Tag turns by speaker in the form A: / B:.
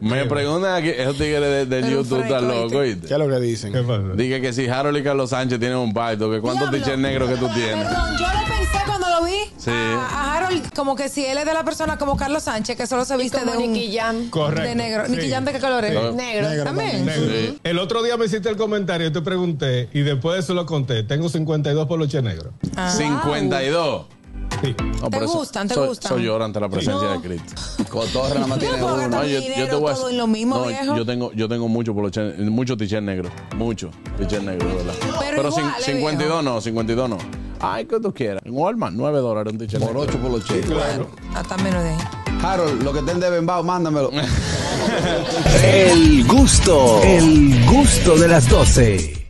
A: Me preguntan aquí, esos tigres de- del
B: Pero
A: YouTube
B: Franco,
A: están locos,
C: ¿Qué
A: ¿oíste?
C: es lo que
D: ¿Qué
C: dicen?
D: pasa?
A: Dije que si Harold y Carlos Sánchez tienen un pacto, que cuántos
B: Diablo.
A: tichers negros que tú tienes.
B: Perdón, yo lo pensé cuando lo vi.
A: Sí.
B: A, a Harold, como que si él es de la persona como Carlos Sánchez, que solo se viste de
E: como
B: un,
E: Nicky Jam.
D: Correcto.
B: de negro.
D: Sí.
B: Nicky Jam, ¿de qué color es?
A: Sí.
E: Negro.
C: Negro
B: También.
C: también.
D: Negro.
A: Sí.
D: El otro día me hiciste el comentario, yo te pregunté y después de eso lo conté. Tengo 52 poloches negros.
A: 52.
D: Sí.
A: No,
B: ¿Te
A: pero eso-
B: gustan? ¿Te
A: soy,
B: gustan?
A: Soy llora ante la presencia de
B: No.
A: Cristo.
F: Cotorra nada más
B: Yo
F: tiene
B: puedo
F: uno.
B: gastar- dinero, todo en lo mismo,
A: no,
B: viejo.
A: yo tengo, yo tengo mucho por mucho t-shirt negro, mucho t-shirt negro, de ¿verdad?
B: Pero
A: cin-
B: igual, eh,
A: 52 no, 52 no. Ay, que tú quieras. En Walmart, 9 dólares un t-shirt
F: Por
A: negro.
F: ocho por los chicos.
B: Hasta menos de ahí.
F: Harold, lo que estén de Bembao, mándamelo.
G: El gusto, el gusto de las 12.